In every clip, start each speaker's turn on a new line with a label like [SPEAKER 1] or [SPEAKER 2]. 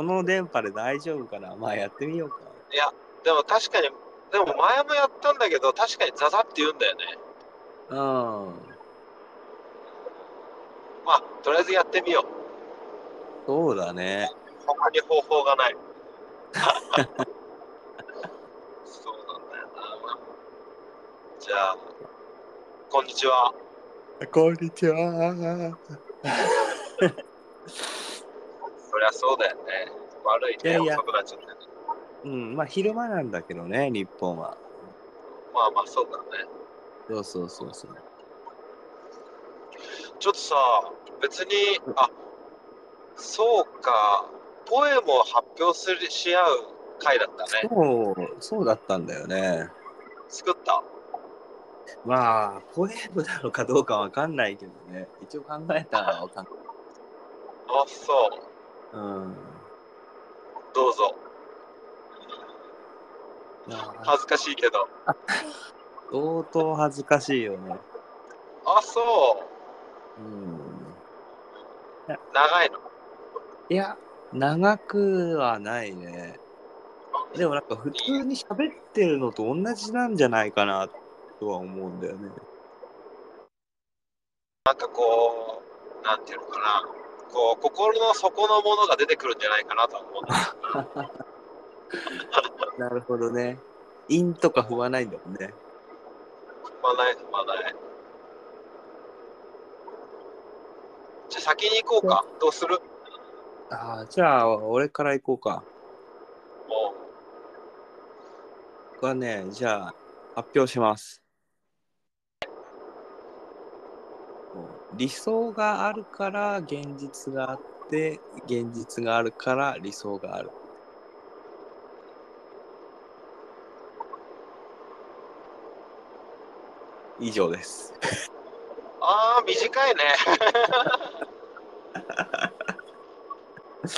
[SPEAKER 1] この電波で大丈夫かなまあやってみようか。
[SPEAKER 2] でも確かに、でも前もやったんだけど、確かにザザって言うんだよね。
[SPEAKER 1] うん。
[SPEAKER 2] まあ、とりあえずやってみよう。
[SPEAKER 1] そうだね。
[SPEAKER 2] 他に方法がない。そうなんだよな。じゃあ、こんにちは。
[SPEAKER 1] こんにちは。
[SPEAKER 2] そりゃそうだよね。悪い
[SPEAKER 1] いや
[SPEAKER 2] ね、
[SPEAKER 1] いや
[SPEAKER 2] 遅くなっちゃったね。
[SPEAKER 1] うん、まあ昼間なんだけどね、日本は。
[SPEAKER 2] まあまあ、そうだね。
[SPEAKER 1] そうそうそうそう。
[SPEAKER 2] ちょっとさ、別に、あそうか、ポエムを発表するし合う回だったね。
[SPEAKER 1] そう、そうだったんだよね。
[SPEAKER 2] 作った。
[SPEAKER 1] まあ、ポエムなのかどうかわかんないけどね。一応考えたらわかんない。
[SPEAKER 2] あそう、
[SPEAKER 1] うん。
[SPEAKER 2] どうぞ。
[SPEAKER 1] まあ、
[SPEAKER 2] 恥ずかしいけど。
[SPEAKER 1] 相当恥ずかしいよね。
[SPEAKER 2] あそう、
[SPEAKER 1] うん。
[SPEAKER 2] 長いの。
[SPEAKER 1] いや、長くはないね。でもなんか普通に喋ってるのと同じなんじゃないかなとは思うんだよね。
[SPEAKER 2] なんかこう、なんていうのかな、こう、心の底のものが出てくるんじゃないかなとは思うんだけど
[SPEAKER 1] なるほどね。韻とか踏まないんだもんね。
[SPEAKER 2] 踏まない、踏まない。じゃあ先に行こうか。どうする
[SPEAKER 1] ああ、じゃあ俺から行こうか。
[SPEAKER 2] も
[SPEAKER 1] 僕はね、じゃあ発表します。理想があるから現実があって、現実があるから理想がある。以上です。
[SPEAKER 2] う、ああ、短いね。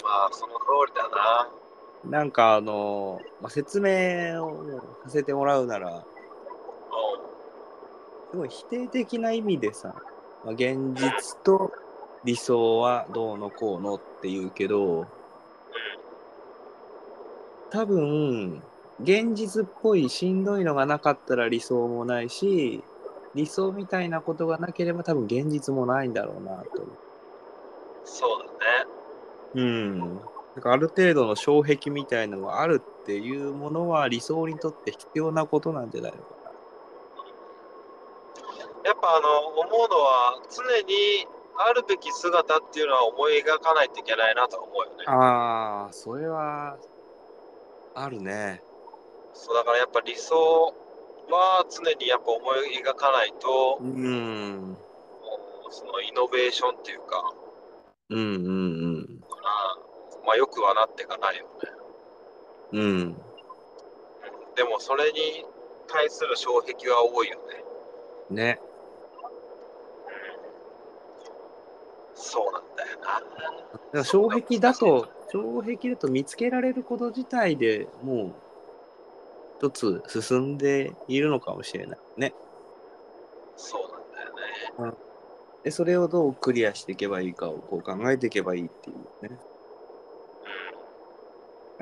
[SPEAKER 2] まあ、その通りだな。
[SPEAKER 1] なんかあの、まあ、説明をさせてもらうなら、
[SPEAKER 2] う
[SPEAKER 1] すごい否定的な意味でさ、まあ、現実と理想はどうのこうのって言うけど多分現実っぽいしんどいのがなかったら理想もないし理想みたいなことがなければ多分現実もないんだろうなと。
[SPEAKER 2] ん、そうだね。
[SPEAKER 1] うん。なんかある程度の障壁みたいのがあるっていうものは理想にとって必要なことなんじゃないのかな。
[SPEAKER 2] やっぱあの思うのは常にあるべき姿っていうのは思い描かないといけないなとは思うよね。
[SPEAKER 1] ああ、それはあるね。
[SPEAKER 2] そうだからやっぱ理想は常にやっぱ思い描かないと、
[SPEAKER 1] うーん。
[SPEAKER 2] そのイノベーションっていうか、
[SPEAKER 1] うんうん
[SPEAKER 2] あーまあ、よくはなっていかないよね。
[SPEAKER 1] うん。うん。
[SPEAKER 2] うんでもそれに対する障壁は多いよね。
[SPEAKER 1] ね。
[SPEAKER 2] そうなんだよ
[SPEAKER 1] だ
[SPEAKER 2] な。
[SPEAKER 1] から障壁だと、障壁だと見つけられること自体でもう、一つ進んでいるのかもしれないね。
[SPEAKER 2] そうなんだよね。
[SPEAKER 1] で、それをどうクリアしていけばいいかをこう考えていけばいいっていうね。だか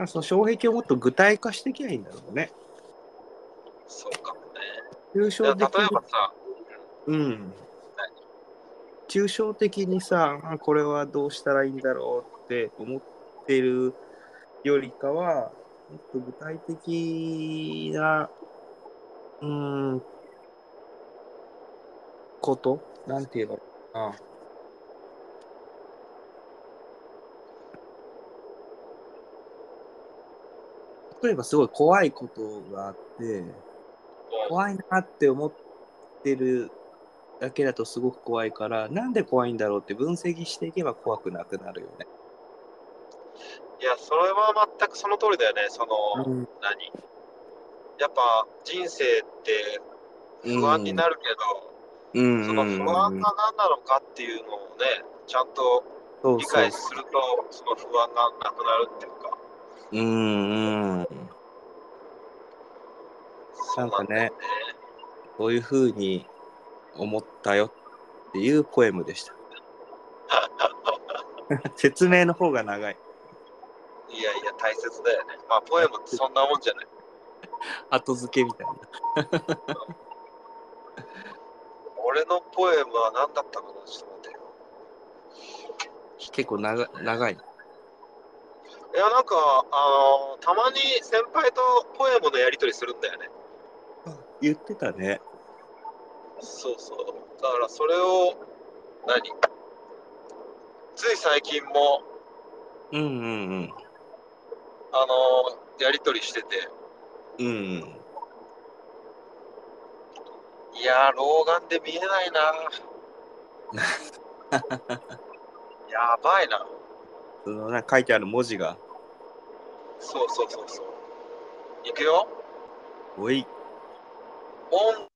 [SPEAKER 1] らその障壁をもっと具体化していきゃいいんだろうね。
[SPEAKER 2] そうかもね。
[SPEAKER 1] 抽
[SPEAKER 2] いや
[SPEAKER 1] 象
[SPEAKER 2] 例え
[SPEAKER 1] 的に
[SPEAKER 2] ばさ、
[SPEAKER 1] うん。抽象的にさ、あこれはどうしたらいいんだろうって思ってるよりかは、もっと具体的な、うーん、ことなんて言えばいいのかな。例えばすごい怖いことがあって、怖いなって思ってるだけだとすごく怖いからなんで怖いんだろうって分析していけば怖くなくなるよね。
[SPEAKER 2] いや、それは全くその通りだよね。その、何やっぱ人生って不安になるけ
[SPEAKER 1] うんうん
[SPEAKER 2] ど、その不安が何なのかっていうのをね、ちゃんと
[SPEAKER 1] そう
[SPEAKER 2] 理
[SPEAKER 1] そ
[SPEAKER 2] 解
[SPEAKER 1] う
[SPEAKER 2] すると、その不安がなくなるっていうか、
[SPEAKER 1] うんうん
[SPEAKER 2] そ
[SPEAKER 1] な
[SPEAKER 2] うん
[SPEAKER 1] か
[SPEAKER 2] なんだ
[SPEAKER 1] ね
[SPEAKER 2] よね。
[SPEAKER 1] そういうふうに思ったよっていうポ エムでした。説明の方が長い。
[SPEAKER 2] いやいや、大切だよね。まあ、ポエムってそんなもんじゃない。
[SPEAKER 1] 後付けみたいな。
[SPEAKER 2] 俺のポエムは何だったかなちょっと待って。
[SPEAKER 1] 結構長い長い。
[SPEAKER 2] いや、なんか、あのたまに先輩とポエムのやり取りするんだよね。
[SPEAKER 1] 言ってたね。
[SPEAKER 2] そうそう。だから、それを、何つい最近も、
[SPEAKER 1] うんうんうん。
[SPEAKER 2] あのやり取りしてて、
[SPEAKER 1] うん、
[SPEAKER 2] いやー、老眼で見えないな。やばいな。
[SPEAKER 1] そのなんか書いてある文字が、
[SPEAKER 2] そうそうそうそう。いくよ。
[SPEAKER 1] おい、
[SPEAKER 2] 音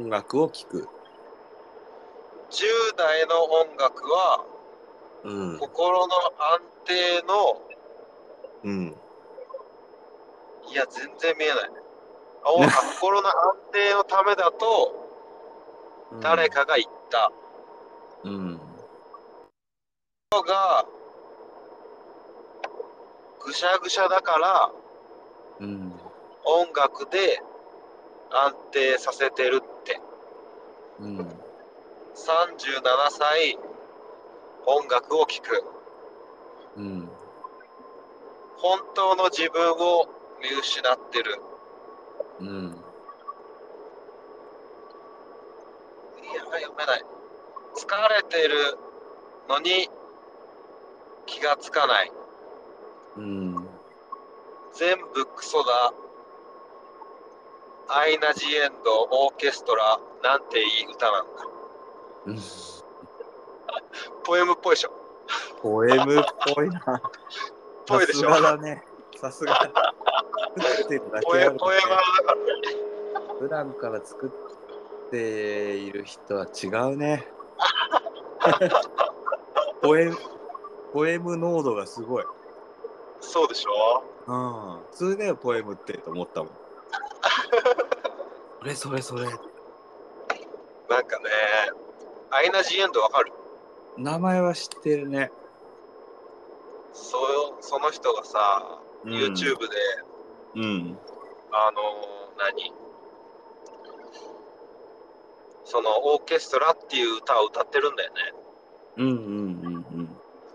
[SPEAKER 1] 音楽を聴く。
[SPEAKER 2] 10代の音楽は
[SPEAKER 1] うん、
[SPEAKER 2] 心の安定の
[SPEAKER 1] うん。
[SPEAKER 2] いや全然見えないあおあ心の安定のためだと誰。かが言った
[SPEAKER 1] うん。
[SPEAKER 2] のがぐしゃぐしゃだから
[SPEAKER 1] うん。
[SPEAKER 2] 音楽で安定させてるって
[SPEAKER 1] うん。
[SPEAKER 2] 37歳音楽を聴く
[SPEAKER 1] うん。
[SPEAKER 2] 本当の自分を見失ってる
[SPEAKER 1] うん。
[SPEAKER 2] いや、読めない。疲れてるのに気がつかない。
[SPEAKER 1] うん。
[SPEAKER 2] 全部クソだ。アイナ・ジ・エンド・オーケストラなんていい歌なんだ。
[SPEAKER 1] うん
[SPEAKER 2] ポエムっぽいでしょ。
[SPEAKER 1] ポエムっぽいな。
[SPEAKER 2] ぽいでしょ
[SPEAKER 1] さすがだね。さすが。作ってるだ
[SPEAKER 2] ポ
[SPEAKER 1] けあ
[SPEAKER 2] エ
[SPEAKER 1] るね
[SPEAKER 2] ポエマーだからね。
[SPEAKER 1] 普段から作っている人は違うね。 ポエム、ポエム濃度がすごい。
[SPEAKER 2] そうでしょ。
[SPEAKER 1] うん。普通だよ、ポエムってと思ったもん。 それそれそれ。
[SPEAKER 2] なんかね、アイナ・ジ・エンドわかる
[SPEAKER 1] 名前は知ってるね。
[SPEAKER 2] そその人がさ、
[SPEAKER 1] うん
[SPEAKER 2] YouTube で、
[SPEAKER 1] うん。
[SPEAKER 2] あの何そのオーケストラっていう歌を歌ってるんだよね。
[SPEAKER 1] うんうんうんうん。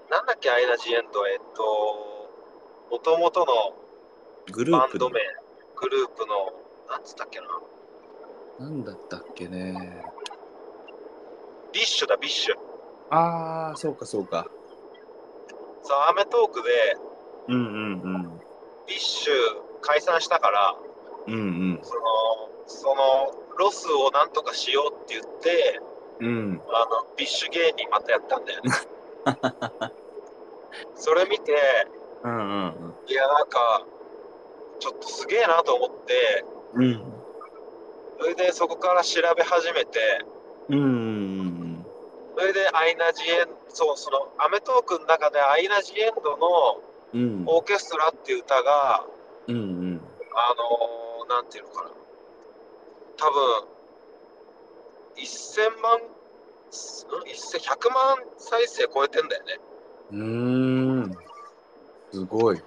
[SPEAKER 2] なんだっけ、アイナ・ジ・エンド、えっと、もともとの
[SPEAKER 1] グル
[SPEAKER 2] バ
[SPEAKER 1] ー
[SPEAKER 2] ン
[SPEAKER 1] プ
[SPEAKER 2] ド
[SPEAKER 1] の
[SPEAKER 2] 名、グループの、なんつったっけな、
[SPEAKER 1] なんだったっけね。
[SPEAKER 2] ビッシュだ、ビッシュ。
[SPEAKER 1] ああ、そうかそうか。
[SPEAKER 2] そう、アメトークで、
[SPEAKER 1] うんうんうん。
[SPEAKER 2] ビッシュ解散したから、
[SPEAKER 1] うん
[SPEAKER 2] その、その、ロスをなんとかしようって言って、
[SPEAKER 1] うん。うん。
[SPEAKER 2] あの、ビッシュ芸人またやったんだよね。それ見て、
[SPEAKER 1] うんうん
[SPEAKER 2] いや、なんか、ちょっとすげえなと思って、
[SPEAKER 1] うん。うん。
[SPEAKER 2] それでそこから調べ始めて、
[SPEAKER 1] うんうん
[SPEAKER 2] それでアイナ・ジ・エンそうその『アメトーーク』の中でアイナ・ジ・エンドの
[SPEAKER 1] うん。うん
[SPEAKER 2] 「オーケストラ」っていう歌が
[SPEAKER 1] うん
[SPEAKER 2] あのー、なんていうのかな多分1000万ん1100万再生超えてんだよね
[SPEAKER 1] うん。うーん。すごい。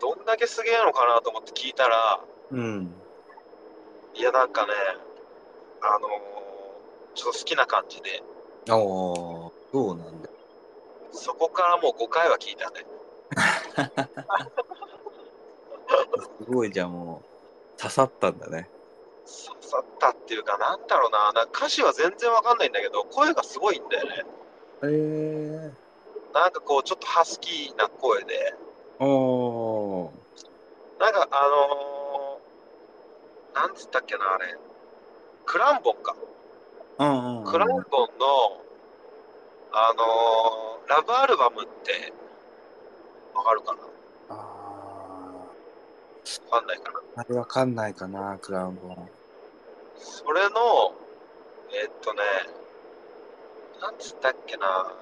[SPEAKER 2] どんだけすげえのかなと思って聞いたら
[SPEAKER 1] うん。
[SPEAKER 2] いやなんかねあのー、ちょっと好きな感じで
[SPEAKER 1] ああ、そうなんだ。
[SPEAKER 2] そこからもう5回は聞いたね
[SPEAKER 1] すごいじゃあもう、刺さったんだね。
[SPEAKER 2] 刺さったっていうかなんだろうななんか歌詞は全然わかんないんだけど声がすごいんだよね
[SPEAKER 1] ええ
[SPEAKER 2] なんかこう、ちょっとハスキーな声で、
[SPEAKER 1] ー。おー。
[SPEAKER 2] なんかあのー、なんつったっけな、あれ、クランボンか。
[SPEAKER 1] うんうんうん。
[SPEAKER 2] クランボンの、あのー、ラブアルバムって、わかるかな
[SPEAKER 1] あ
[SPEAKER 2] わかんないかな。
[SPEAKER 1] あ、あれわかんないかな、クラウンボン。
[SPEAKER 2] それの、えっとね、なんつったっけな、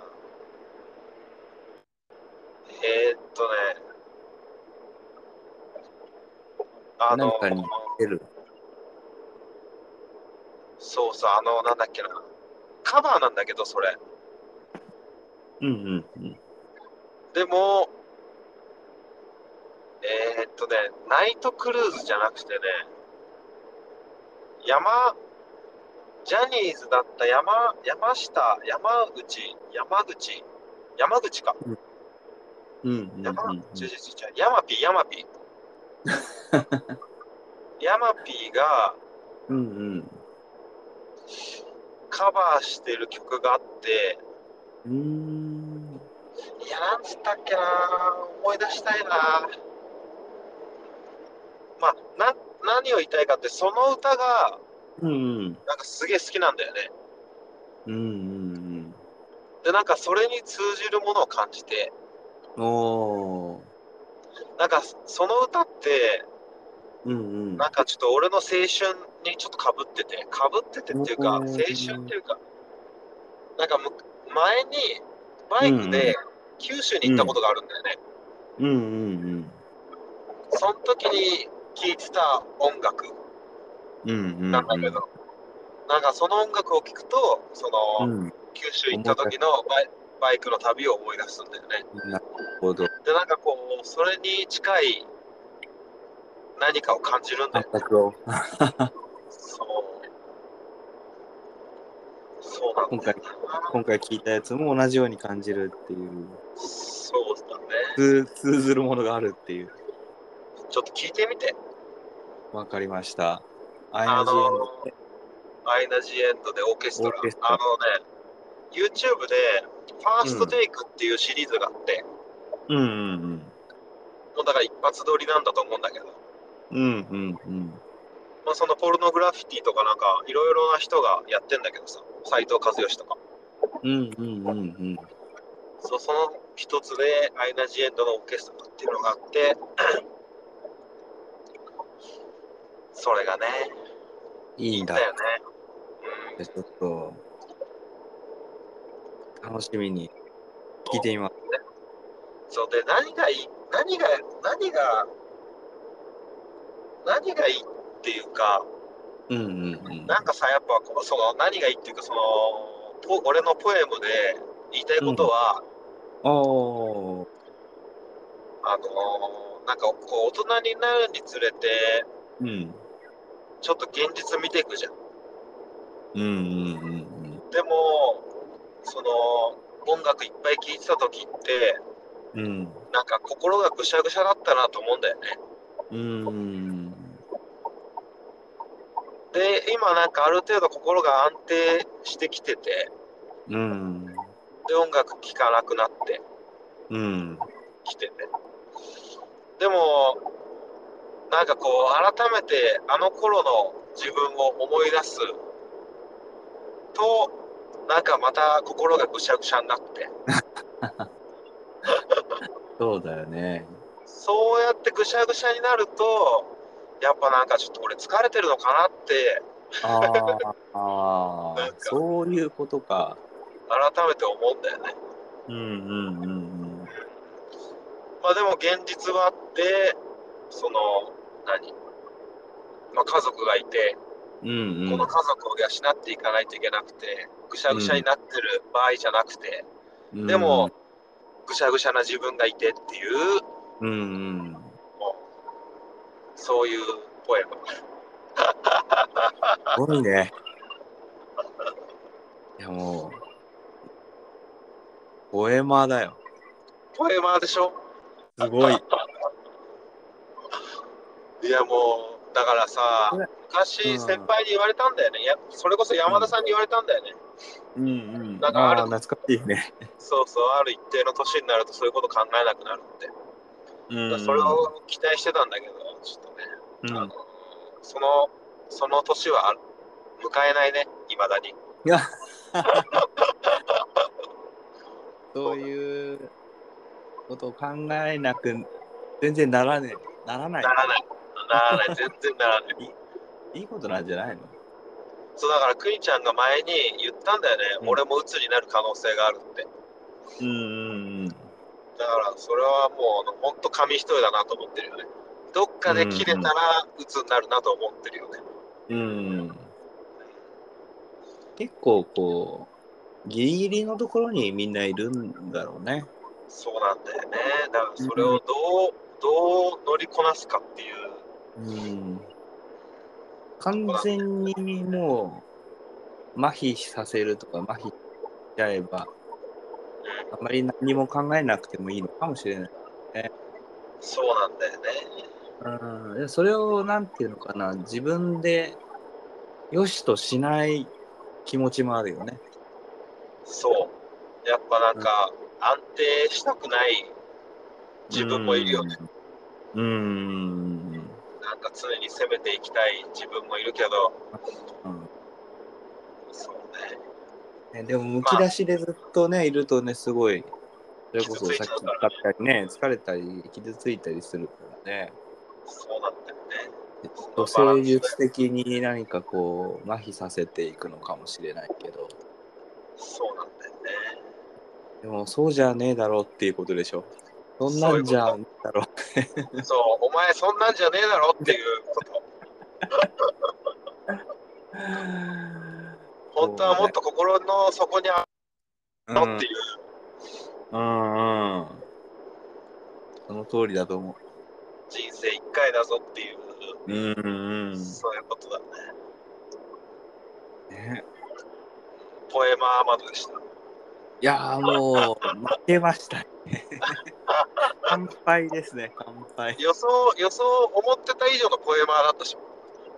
[SPEAKER 2] えっとね、あのー
[SPEAKER 1] 何かに出る。
[SPEAKER 2] そうそう、あの、なんだっけな。カバーなんだけど、それ。
[SPEAKER 1] うんうんうん。
[SPEAKER 2] でも、えーっとね、ナイトクルーズじゃなくてね、山、ジャニーズだった山、山下、山口、山口、山口か。
[SPEAKER 1] うんうん
[SPEAKER 2] 山、
[SPEAKER 1] う
[SPEAKER 2] 違うん違う違う山ピー、山ピー。山ピーが
[SPEAKER 1] うんうん
[SPEAKER 2] カバーしてる曲があって、
[SPEAKER 1] うーん
[SPEAKER 2] いや、なんつったっけな思い出したいなまあ、な、何を言いたいかって、その歌が、
[SPEAKER 1] うん
[SPEAKER 2] なんかすげえ好きなんだよね。
[SPEAKER 1] うんうん
[SPEAKER 2] で、なんかそれに通じるものを感じて、
[SPEAKER 1] うんおー
[SPEAKER 2] なんかその歌って、
[SPEAKER 1] うんうん
[SPEAKER 2] なんかちょっと俺の青春にちょっとかぶってて、かぶっててっていうか、
[SPEAKER 1] うん
[SPEAKER 2] 青春っていうか、なんかむ前にバイクで九州に行ったことがあるんだよね。
[SPEAKER 1] うんうん
[SPEAKER 2] その時に聴いてた音楽
[SPEAKER 1] うんうんうん
[SPEAKER 2] なんだけど、なんかその音楽を聴くと、そ
[SPEAKER 1] う
[SPEAKER 2] の、
[SPEAKER 1] ん
[SPEAKER 2] 九州行った時のバイバイクの旅を思い出すんだよね。
[SPEAKER 1] なるほど
[SPEAKER 2] で、なんかこう、それに近い何かを感じるんだよね。
[SPEAKER 1] くを
[SPEAKER 2] そう。そうなんだよな
[SPEAKER 1] 今回聞いたやつも同じように感じるっていう
[SPEAKER 2] そうだね。
[SPEAKER 1] 通通ずるものがあるっていう
[SPEAKER 2] ちょっと聞いてみて。
[SPEAKER 1] わかりました
[SPEAKER 2] あ
[SPEAKER 1] ING
[SPEAKER 2] のアイナ・ジ・エンドでオーケストラ。
[SPEAKER 1] オーケスト
[SPEAKER 2] あ
[SPEAKER 1] ラ
[SPEAKER 2] のね、YouTube で、ファーストテイクっていうシリーズがあって、
[SPEAKER 1] うんうん
[SPEAKER 2] もうだから一発撮りなんだと思うんだけど、
[SPEAKER 1] うんうんうん
[SPEAKER 2] まあ、そのポルノグラフィティとかなんか、いろいろな人がやってんだけどさ、斎藤和義とか。
[SPEAKER 1] うんうんうんうん
[SPEAKER 2] そうその一つで、アイナ・ジ・エンドのオーケストラっていうのがあって、 それがね、
[SPEAKER 1] いいんだ
[SPEAKER 2] だよね。
[SPEAKER 1] じゃあちょっと楽しみに聞いてみます
[SPEAKER 2] そうで何がいい何が何が何がいいっていうか
[SPEAKER 1] うんうんうん
[SPEAKER 2] なんかさやっぱこのその何がいいっていうかそのポ俺のポエムで言いたいことは、
[SPEAKER 1] おー
[SPEAKER 2] あのーなんかこう大人になるにつれて
[SPEAKER 1] うん
[SPEAKER 2] ちょっと現実見ていくじゃん
[SPEAKER 1] うんうんうん
[SPEAKER 2] でもその音楽いっぱい聴いてた時って
[SPEAKER 1] うんうん
[SPEAKER 2] なんか心がぐしゃぐしゃだったなと思うんだよね
[SPEAKER 1] うん
[SPEAKER 2] で今なんかある程度心が安定してきてて
[SPEAKER 1] うん
[SPEAKER 2] で音楽聴かなくなって
[SPEAKER 1] うん
[SPEAKER 2] きてねでもなんかこう改めてあの頃の自分を思い出すとなんかまた心がぐしゃぐしゃになって
[SPEAKER 1] そうだよね
[SPEAKER 2] そうやってぐしゃぐしゃになるとやっぱなんかちょっと俺疲れてるのかなって
[SPEAKER 1] あーあーそういうことか
[SPEAKER 2] 改めて思うんだよね
[SPEAKER 1] うんうんうん
[SPEAKER 2] まあでも現実はあってその何、まあ、家族がいて
[SPEAKER 1] うんうん
[SPEAKER 2] この家族を養っていかないといけなくて、ぐしゃぐしゃになってる場合じゃなくて、
[SPEAKER 1] うん
[SPEAKER 2] でも、ぐしゃぐしゃな自分がいてっていう、
[SPEAKER 1] うんうん
[SPEAKER 2] そういうポエム。
[SPEAKER 1] すごい ねいやもうポエマーだよ
[SPEAKER 2] ポエマーでしょ
[SPEAKER 1] すごい
[SPEAKER 2] いやもう、だからさ、昔
[SPEAKER 1] うん
[SPEAKER 2] 先輩に言われたんだよね。いや、それこそ山田さんに言われたんだよね。
[SPEAKER 1] うんうん
[SPEAKER 2] なんかある
[SPEAKER 1] ー懐かしいね
[SPEAKER 2] そうそう、ある一定の年になるとそういうこと考えなくなるって。
[SPEAKER 1] う
[SPEAKER 2] だからそれを期待してたんだけど、ちょっとね、
[SPEAKER 1] うん
[SPEAKER 2] あのその、その年は迎えないね、いまだに。
[SPEAKER 1] そういうことを考えなく全然ならねえならない
[SPEAKER 2] ならない。ならない。全然ならない。
[SPEAKER 1] いいことなんじゃないの
[SPEAKER 2] そうだから、くにちゃんが前に言ったんだよね。
[SPEAKER 1] うん
[SPEAKER 2] 俺も鬱になる可能性があるって。
[SPEAKER 1] うんうんうん
[SPEAKER 2] だから、それはもうあの、ほんと紙一重だなと思ってるよね。どっかで切れたら鬱になるなと思ってるよね。
[SPEAKER 1] うん結構こうギリギリのところにみんないるんだろうね。
[SPEAKER 2] そうなんだよね。だからそれをどう、どう乗りこなすかっていう。
[SPEAKER 1] うん完全にもう麻痺させるとか麻痺しちゃえばあまり何も考えなくてもいいのかもしれない。
[SPEAKER 2] そうなんだよね。
[SPEAKER 1] うんで、それをなんていうのかな自分で良しとしない気持ちもあるよね。
[SPEAKER 2] そう。やっぱなんか、安定したくない自分もいるよね。
[SPEAKER 1] うん。うん。
[SPEAKER 2] なんか常に攻めていきたい自分もいるけど、
[SPEAKER 1] うん
[SPEAKER 2] そうね。
[SPEAKER 1] ね、でも、むき出しでずっとね、いるとね、すごい、それこそ
[SPEAKER 2] 傷ついち
[SPEAKER 1] さ
[SPEAKER 2] ゃ
[SPEAKER 1] っ
[SPEAKER 2] う
[SPEAKER 1] き言ったりね、疲れたり、傷ついたりするからね、
[SPEAKER 2] そうなんだよね。
[SPEAKER 1] 女性術的に何かこう、麻痺させていくのかもしれないけど、
[SPEAKER 2] そうなんだよね。
[SPEAKER 1] でも、そうじゃねえだろうっていうことでしょ。そんなんじゃねえだろう。
[SPEAKER 2] そう、お前そんなんじゃねえだろっていうこと。本当はもっと心の底にあ
[SPEAKER 1] う
[SPEAKER 2] る
[SPEAKER 1] んう
[SPEAKER 2] の
[SPEAKER 1] ん
[SPEAKER 2] っていう。
[SPEAKER 1] うん。その通りだと思
[SPEAKER 2] 人生一回だぞっていう、
[SPEAKER 1] う。うんうん
[SPEAKER 2] そういうことだね。
[SPEAKER 1] ね、
[SPEAKER 2] ポエマーアマドでした。
[SPEAKER 1] いやーもう、負けましたね。 乾杯ですね、乾杯。
[SPEAKER 2] 予想、予想、思ってた以上のポエマーだったし、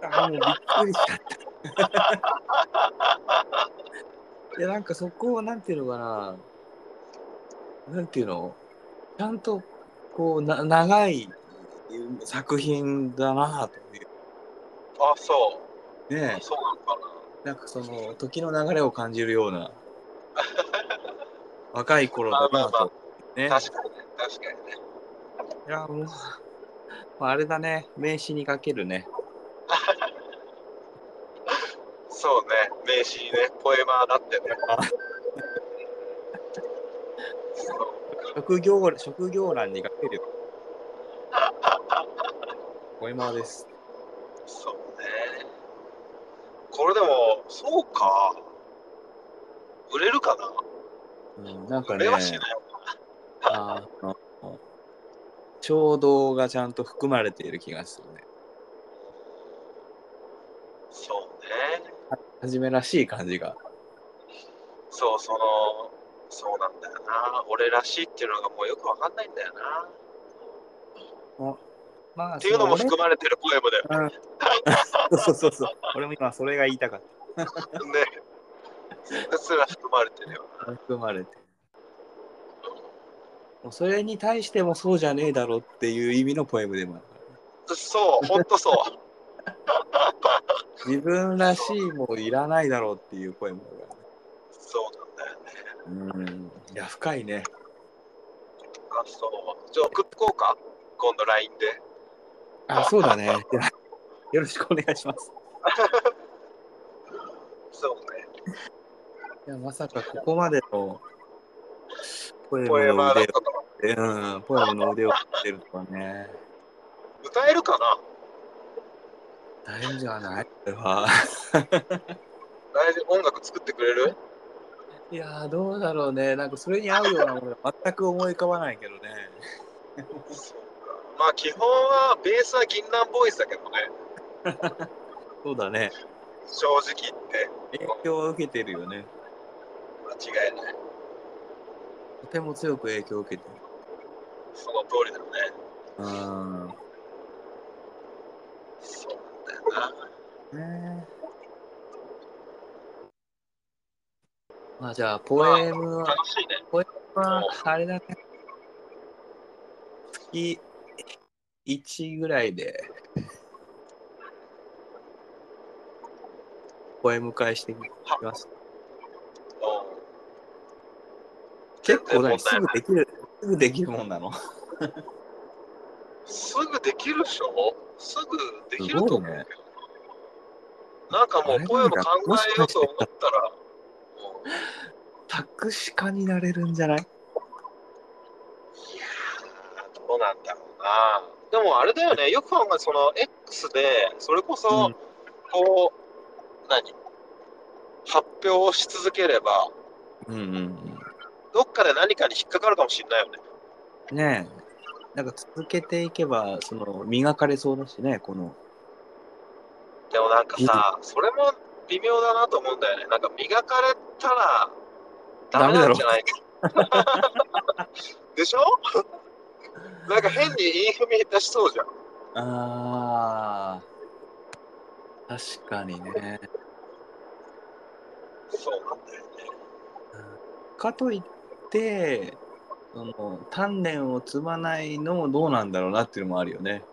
[SPEAKER 1] あもうびっくりしちゃった。 いやなんかそこをなんていうのかななんていうのちゃんとこうな長い作品だなとい
[SPEAKER 2] あ、そうう、
[SPEAKER 1] ね
[SPEAKER 2] そうなのかな。
[SPEAKER 1] なんかその時の流れを感じるよう な若い頃だ
[SPEAKER 2] まあ
[SPEAKER 1] な
[SPEAKER 2] まあま
[SPEAKER 1] と、ね、
[SPEAKER 2] 確かにね、確かにね。
[SPEAKER 1] いやもう、まあ、あれだね名刺にかけるね
[SPEAKER 2] そうね、名刺にね、ポエマーだってね。そう
[SPEAKER 1] 職業職業欄にかけるよポエマーです
[SPEAKER 2] そうね。これでも、そうか。売れるかな
[SPEAKER 1] うんなんか
[SPEAKER 2] 売
[SPEAKER 1] ね
[SPEAKER 2] れ、はしない。
[SPEAKER 1] あの、衝動がちゃんと含まれている気がするね。
[SPEAKER 2] そうね。
[SPEAKER 1] はじめらしい感じが。
[SPEAKER 2] そう、その、そうなんだよな。俺らしいっていうのがもうよくわかんないんだよな。
[SPEAKER 1] まあ、
[SPEAKER 2] っていうのも
[SPEAKER 1] そ
[SPEAKER 2] 含まれてるポエムだよ。
[SPEAKER 1] 俺うんそうそうそうそう。俺も今それが言いたかっ
[SPEAKER 2] ね。それすら含まれてるよ
[SPEAKER 1] た。含まれて。もうそれに対してもそうじゃねえだろっていう意味のポエムでもあるからね。
[SPEAKER 2] な。そう、ほんとそう。
[SPEAKER 1] 自分らしいもいらないだろうっていうポエムだか
[SPEAKER 2] そうなんだ
[SPEAKER 1] ら
[SPEAKER 2] よね。
[SPEAKER 1] ね。うん。いや、深いね。
[SPEAKER 2] あ、そう。じゃあ送っとこうか。今度 LINE で。
[SPEAKER 1] あ、そうだね。いや よろしくお願いします。
[SPEAKER 2] そうね。
[SPEAKER 1] いやまさかここまでのポエ
[SPEAKER 2] ポエ
[SPEAKER 1] ムの
[SPEAKER 2] マーだっ
[SPEAKER 1] 腕
[SPEAKER 2] たから。
[SPEAKER 1] を、うん、ポエムの腕を振ってるとかね。
[SPEAKER 2] 歌えるかな
[SPEAKER 1] 大変じゃないこれは。
[SPEAKER 2] 大丈夫音楽作ってくれる
[SPEAKER 1] いやー、どうだろうね。なんかそれに合うようなものが全く思い浮かばないけどね。
[SPEAKER 2] そうか。まあ基本は、ベースは銀杏ボーイスだけどね。
[SPEAKER 1] そうだね。
[SPEAKER 2] 正直言って。
[SPEAKER 1] 影響は受けてるよね。
[SPEAKER 2] 間違いない。
[SPEAKER 1] とても強く影響を受けてる。
[SPEAKER 2] その通りだよね。
[SPEAKER 1] うん。ね
[SPEAKER 2] そうなんだよな。
[SPEAKER 1] まあじゃあ、ポエムは、
[SPEAKER 2] 楽しいね。
[SPEAKER 1] まあ、あれだね。月1ぐらいで、ポエム会してきます。結構ね、すぐできる、すぐできるもんなの。
[SPEAKER 2] すぐできるでしょすぐできると思う
[SPEAKER 1] すご
[SPEAKER 2] けど、
[SPEAKER 1] いね
[SPEAKER 2] なんかもうポエム考えようと思ったらもう
[SPEAKER 1] 作詞家になれるんじゃない
[SPEAKER 2] いやーどうなんだろうなでもあれだよねよく考えその X でそれこそ、
[SPEAKER 1] うん
[SPEAKER 2] こう何発表をし続ければ
[SPEAKER 1] うんうんうん。
[SPEAKER 2] どっかで何かに引っかかるかもしれないよね。
[SPEAKER 1] ねえ。なんか続けていけば、その、磨かれそうだしね、この。
[SPEAKER 2] でもなんかさ、それも微妙だなと思うんだよね。なんか磨かれたらダメなんじゃないか。 でしょなんか変に言い踏み出しそうじゃん。
[SPEAKER 1] ああ。確かにね。
[SPEAKER 2] そうなんだよね。
[SPEAKER 1] かといって、その、鍛錬を積まないのもどうなんだろうなっていうのもあるよね。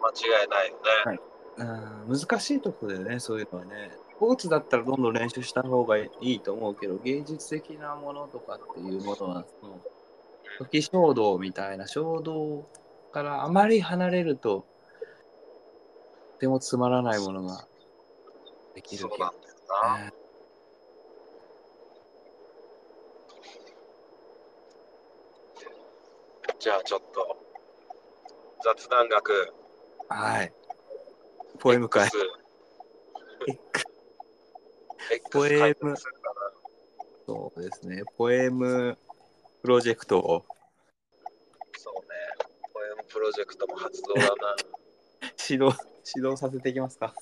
[SPEAKER 2] 間違いないよね。
[SPEAKER 1] はいうん、難しいとこだよね、そういうのはね。スポーツだったらどんどん練習した方がいいと思うけど、芸術的なものとかっていうものは、その時衝動みたいな衝動からあまり離れると、とてもつまらないものができ
[SPEAKER 2] そ
[SPEAKER 1] る
[SPEAKER 2] う
[SPEAKER 1] け
[SPEAKER 2] な
[SPEAKER 1] ど
[SPEAKER 2] んだよな。
[SPEAKER 1] ね。
[SPEAKER 2] じゃあちょっと、雑談学、
[SPEAKER 1] はい。ポエム会
[SPEAKER 2] X。X
[SPEAKER 1] ポエム
[SPEAKER 2] 開拓するかな
[SPEAKER 1] そうですね。ポエムプロジェクトを
[SPEAKER 2] そうね。ポエムプロジェクトも発動だな。
[SPEAKER 1] 指 導、指導させていきますか。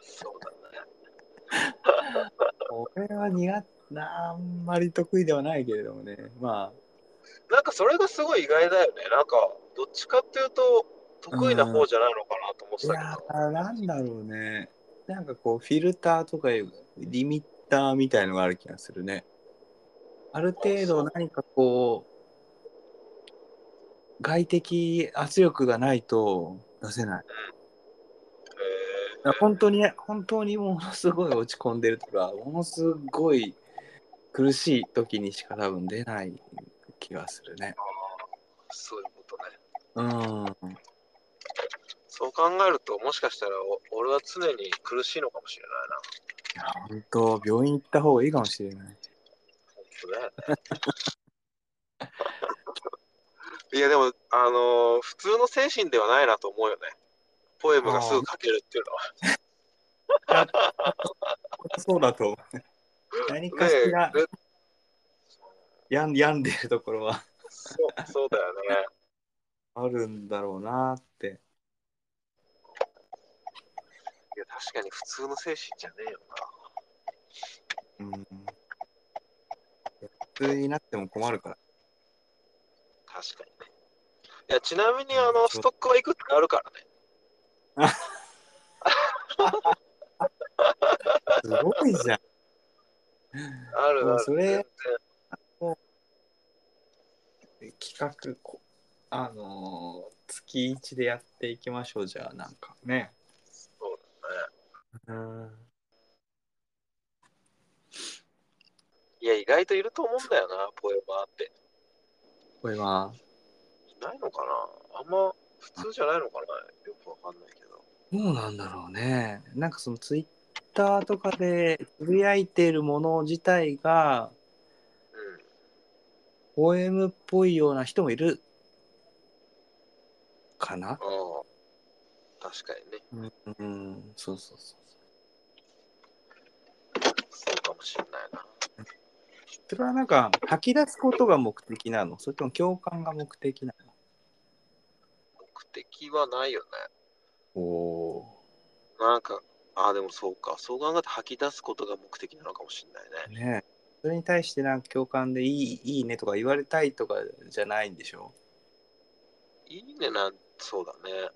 [SPEAKER 2] そうだね。
[SPEAKER 1] これは苦手な、あんまり得意ではないけれどもね。まあ、
[SPEAKER 2] なんかそれがすごい意外だよね。なんか、どっちかっていうと、得意な方じゃないのかなと思って
[SPEAKER 1] い
[SPEAKER 2] た
[SPEAKER 1] や
[SPEAKER 2] け
[SPEAKER 1] ーなんだろうね。なんかこう、フィルターとかいう、リミッターみたいのがある気がするね。ある程度何かこう、外的圧力がないと出せない。
[SPEAKER 2] ど。へー
[SPEAKER 1] 本当に、本当にものすごい落ち込んでるとか、ものすごい苦しい時にしか多分出ない気がするね。
[SPEAKER 2] そういうことね。
[SPEAKER 1] うん。
[SPEAKER 2] そう考えると、もしかしたらお俺は常に苦しいのかもしれないな。
[SPEAKER 1] いや本当、病院行った方がいいかもしれない。
[SPEAKER 2] 本当だよね。いやでも、あのー普通の精神ではないなと思うよね。ポエムがすぐ書けるっていうのは。
[SPEAKER 1] そうだと思う。何かしら
[SPEAKER 2] ねえで
[SPEAKER 1] 病ん病んでるところは
[SPEAKER 2] そうそうだよね。
[SPEAKER 1] あるんだろうなって。
[SPEAKER 2] いや確かに普通の精神じゃね
[SPEAKER 1] う
[SPEAKER 2] えよ
[SPEAKER 1] ん。普通になっても困るから。
[SPEAKER 2] な。確かにね。いやちなみにあのストックはいくつかあるからね。
[SPEAKER 1] すごいじゃん。
[SPEAKER 2] あるある。
[SPEAKER 1] それ
[SPEAKER 2] 全然
[SPEAKER 1] 企画こ、あのー月1でやっていきましょう、じゃあ、なんかね。
[SPEAKER 2] そうだね。
[SPEAKER 1] うん。
[SPEAKER 2] いや意外といると思うんだよな、ポエマーって。
[SPEAKER 1] これは、
[SPEAKER 2] いないのかなあんま普通じゃないのかなよくわかんないけど。
[SPEAKER 1] どうなんだろうね。なんかそのツイッターとかでつぶやいているもの自体が、
[SPEAKER 2] うん。
[SPEAKER 1] ポエムっぽいような人もいるかな
[SPEAKER 2] ああ、確かにね。
[SPEAKER 1] うん、そうそうそう。
[SPEAKER 2] そうかもしれないな。
[SPEAKER 1] それはなんか吐き出すことが目的なのそれとも共感が目的な
[SPEAKER 2] 目的はないよね。
[SPEAKER 1] のお
[SPEAKER 2] なんか、ああ、でもそうか。そう考えて吐き出すことが目的なのかもしれないね。
[SPEAKER 1] ねえそれに対してなんか共感でいいいいねとか言われたいとかじゃないんでしょ
[SPEAKER 2] いいねなん、そうだね。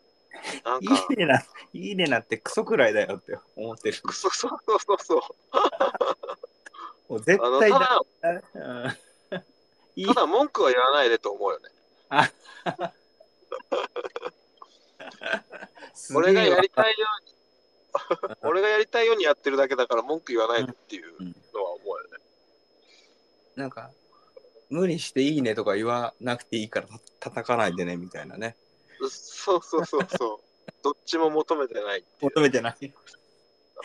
[SPEAKER 2] なん
[SPEAKER 1] い
[SPEAKER 2] か、
[SPEAKER 1] いねな、いいねなんてクソくらいだよって思ってる。
[SPEAKER 2] くそそうそうそう。
[SPEAKER 1] もう絶
[SPEAKER 2] あの、た
[SPEAKER 1] 対
[SPEAKER 2] だ、
[SPEAKER 1] だ。うんいい
[SPEAKER 2] ただ文句は言わないでと思うよね。
[SPEAKER 1] すげえ
[SPEAKER 2] 俺がやり
[SPEAKER 1] わ
[SPEAKER 2] たいように、 俺がやりたいようにやってるだけだから文句言わないでっていうのは思うよね。
[SPEAKER 1] なんか無理していいねとか言わなくていいから叩かないでねみたいなね。
[SPEAKER 2] そうそうそう そう。どっちも求めてないっていう
[SPEAKER 1] 求。めてない。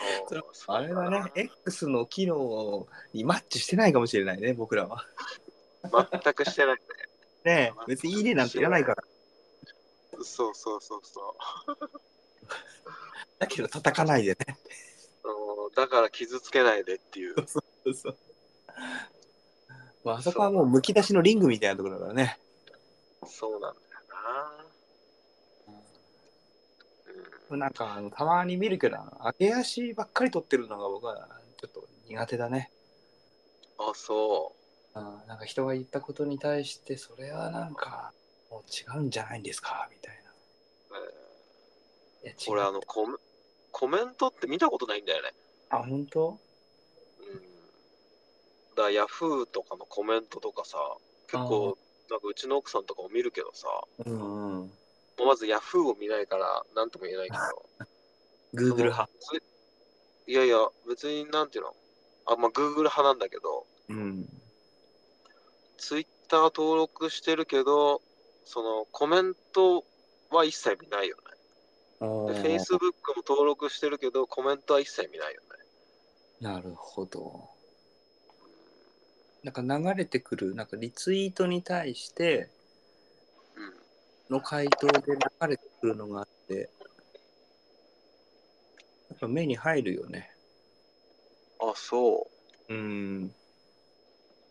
[SPEAKER 2] あー
[SPEAKER 1] あれは
[SPEAKER 2] そうだ
[SPEAKER 1] ね、X の機能にマッチしてないかもしれないね、僕らは。
[SPEAKER 2] な全くしてない。
[SPEAKER 1] ねえ別にいいねなんていらないから。
[SPEAKER 2] そうそうそうそ
[SPEAKER 1] だけど叩かないでね。
[SPEAKER 2] うあの。だから傷つけないでっていう。
[SPEAKER 1] そうそう。まあ、あそこはもうむき出しのリングみたいなところだからね。
[SPEAKER 2] そうなんだよ
[SPEAKER 1] なんかあのたまに見るけど、上げ足ばっかり取ってるのが僕はちょっと苦手だね。
[SPEAKER 2] な。あ、そ
[SPEAKER 1] うん、なんか人が言ったことに対して、それはなんかもう違うんじゃないんですかみたいな。
[SPEAKER 2] う。うん
[SPEAKER 1] いや違う
[SPEAKER 2] 俺、あのコメ、コメントって見たことないんだよね。
[SPEAKER 1] あ、本当
[SPEAKER 2] うん。だからヤフーとかのコメントとかさ、結構、なんかうちの奥さんとかも見るけどさ、
[SPEAKER 1] うんうん。
[SPEAKER 2] もうまずヤフーを見ないから、なんとも言えないけど。
[SPEAKER 1] Google 派。
[SPEAKER 2] いやいや、別になんていうのあ、まあ、Google 派なんだけど、
[SPEAKER 1] うん。
[SPEAKER 2] Twitter 登録してるけど、そのコメントは一切見ないよね。で Facebook も登録してるけど、コメントは一切見ないよね。
[SPEAKER 1] なるほど。なんか流れてくる、なんかリツイートに対して
[SPEAKER 2] うん。
[SPEAKER 1] の回答で流れてくるのがあって、やっぱ目に入るよね。
[SPEAKER 2] あ、そう。
[SPEAKER 1] うん。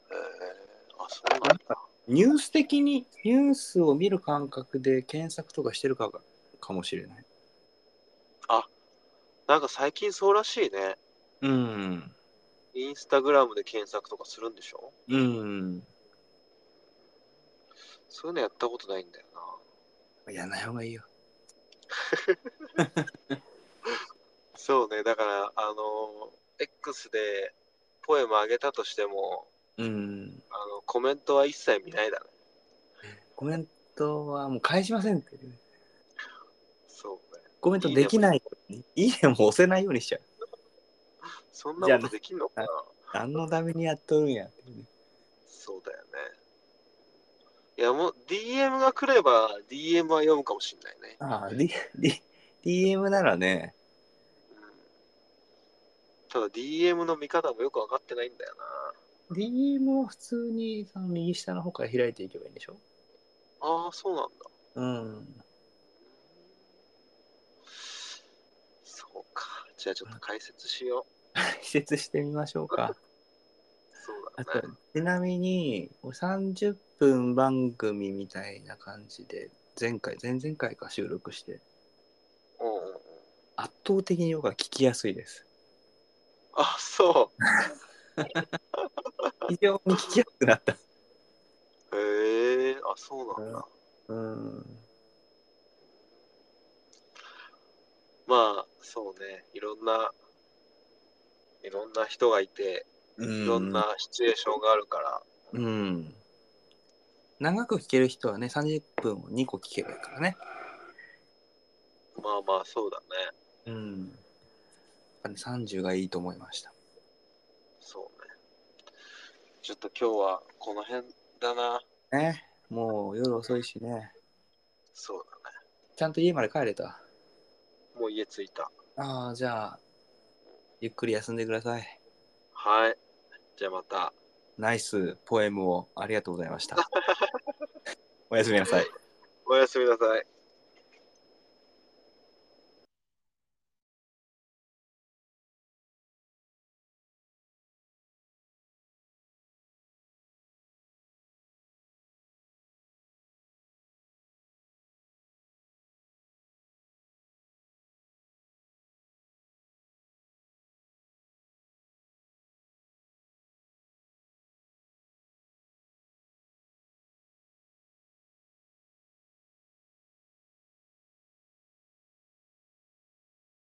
[SPEAKER 2] えー、あ、そうなん
[SPEAKER 1] なんかニュース的に、ニュースを見る感覚で検索とかしてるかがかもしれない。
[SPEAKER 2] なんか最近そうらしいね。
[SPEAKER 1] うん。
[SPEAKER 2] インスタグラムで検索とかするんでしょ
[SPEAKER 1] うん。
[SPEAKER 2] そういうのやったことないんだよな。
[SPEAKER 1] やらない方がいいよ。
[SPEAKER 2] そうね、だから、あの、X でポエム上げたとしても、
[SPEAKER 1] うん。
[SPEAKER 2] あのコメントは一切見ないだね。
[SPEAKER 1] コメントはもう返しませんっていう。
[SPEAKER 2] そうね。
[SPEAKER 1] コメントできない。いいねも押せないようにしちゃう。
[SPEAKER 2] そんなことできんのかな
[SPEAKER 1] 何のためにやっとるんやっていうね。
[SPEAKER 2] そうだよね。いや、もう DM が来れば DM は読むかもしんないね。
[SPEAKER 1] ああ、D、D、DM ならね、
[SPEAKER 2] うん、ただ DM の見方もよく分かってないんだよ
[SPEAKER 1] DM を普通にその右下の方から開いていけばいいんでしょ
[SPEAKER 2] な。ああ、そうなんだ。
[SPEAKER 1] うん。
[SPEAKER 2] そうか。じゃあちょっと解説しよ
[SPEAKER 1] 解説してみましょうか。
[SPEAKER 2] う。そう
[SPEAKER 1] あ
[SPEAKER 2] だ
[SPEAKER 1] と
[SPEAKER 2] ね。、
[SPEAKER 1] ちなみに、30分番組みたいな感じで、前回、前々回か収録して、
[SPEAKER 2] うんうんうん。
[SPEAKER 1] 圧倒的にヨガ聞きやすいです。
[SPEAKER 2] あ、そ
[SPEAKER 1] 非常に聞きやすくなった。
[SPEAKER 2] う。へえあ、そうなんだ。
[SPEAKER 1] うん。
[SPEAKER 2] まあ、そうね。いろんな、いろんな人がいて、
[SPEAKER 1] い
[SPEAKER 2] いろんなシチュエーションがあるから、
[SPEAKER 1] うん。長く聞ける人はね、30分を2個聞けばいいからね。
[SPEAKER 2] まあまあ、そうだね。
[SPEAKER 1] うん。やっぱね、30がいいと思いました。
[SPEAKER 2] そうね。ちょっと今日はこの辺だな。
[SPEAKER 1] ね。もう夜遅いしね。
[SPEAKER 2] そうだ
[SPEAKER 1] ちゃんと家まで帰れた。
[SPEAKER 2] ね。もう家着いた。
[SPEAKER 1] ああ、じゃあ、ゆっくり休んでください。
[SPEAKER 2] はい。じゃあまた。
[SPEAKER 1] ナイスポエムをありがとうございました。おやすみなさい。
[SPEAKER 2] おやすみなさい。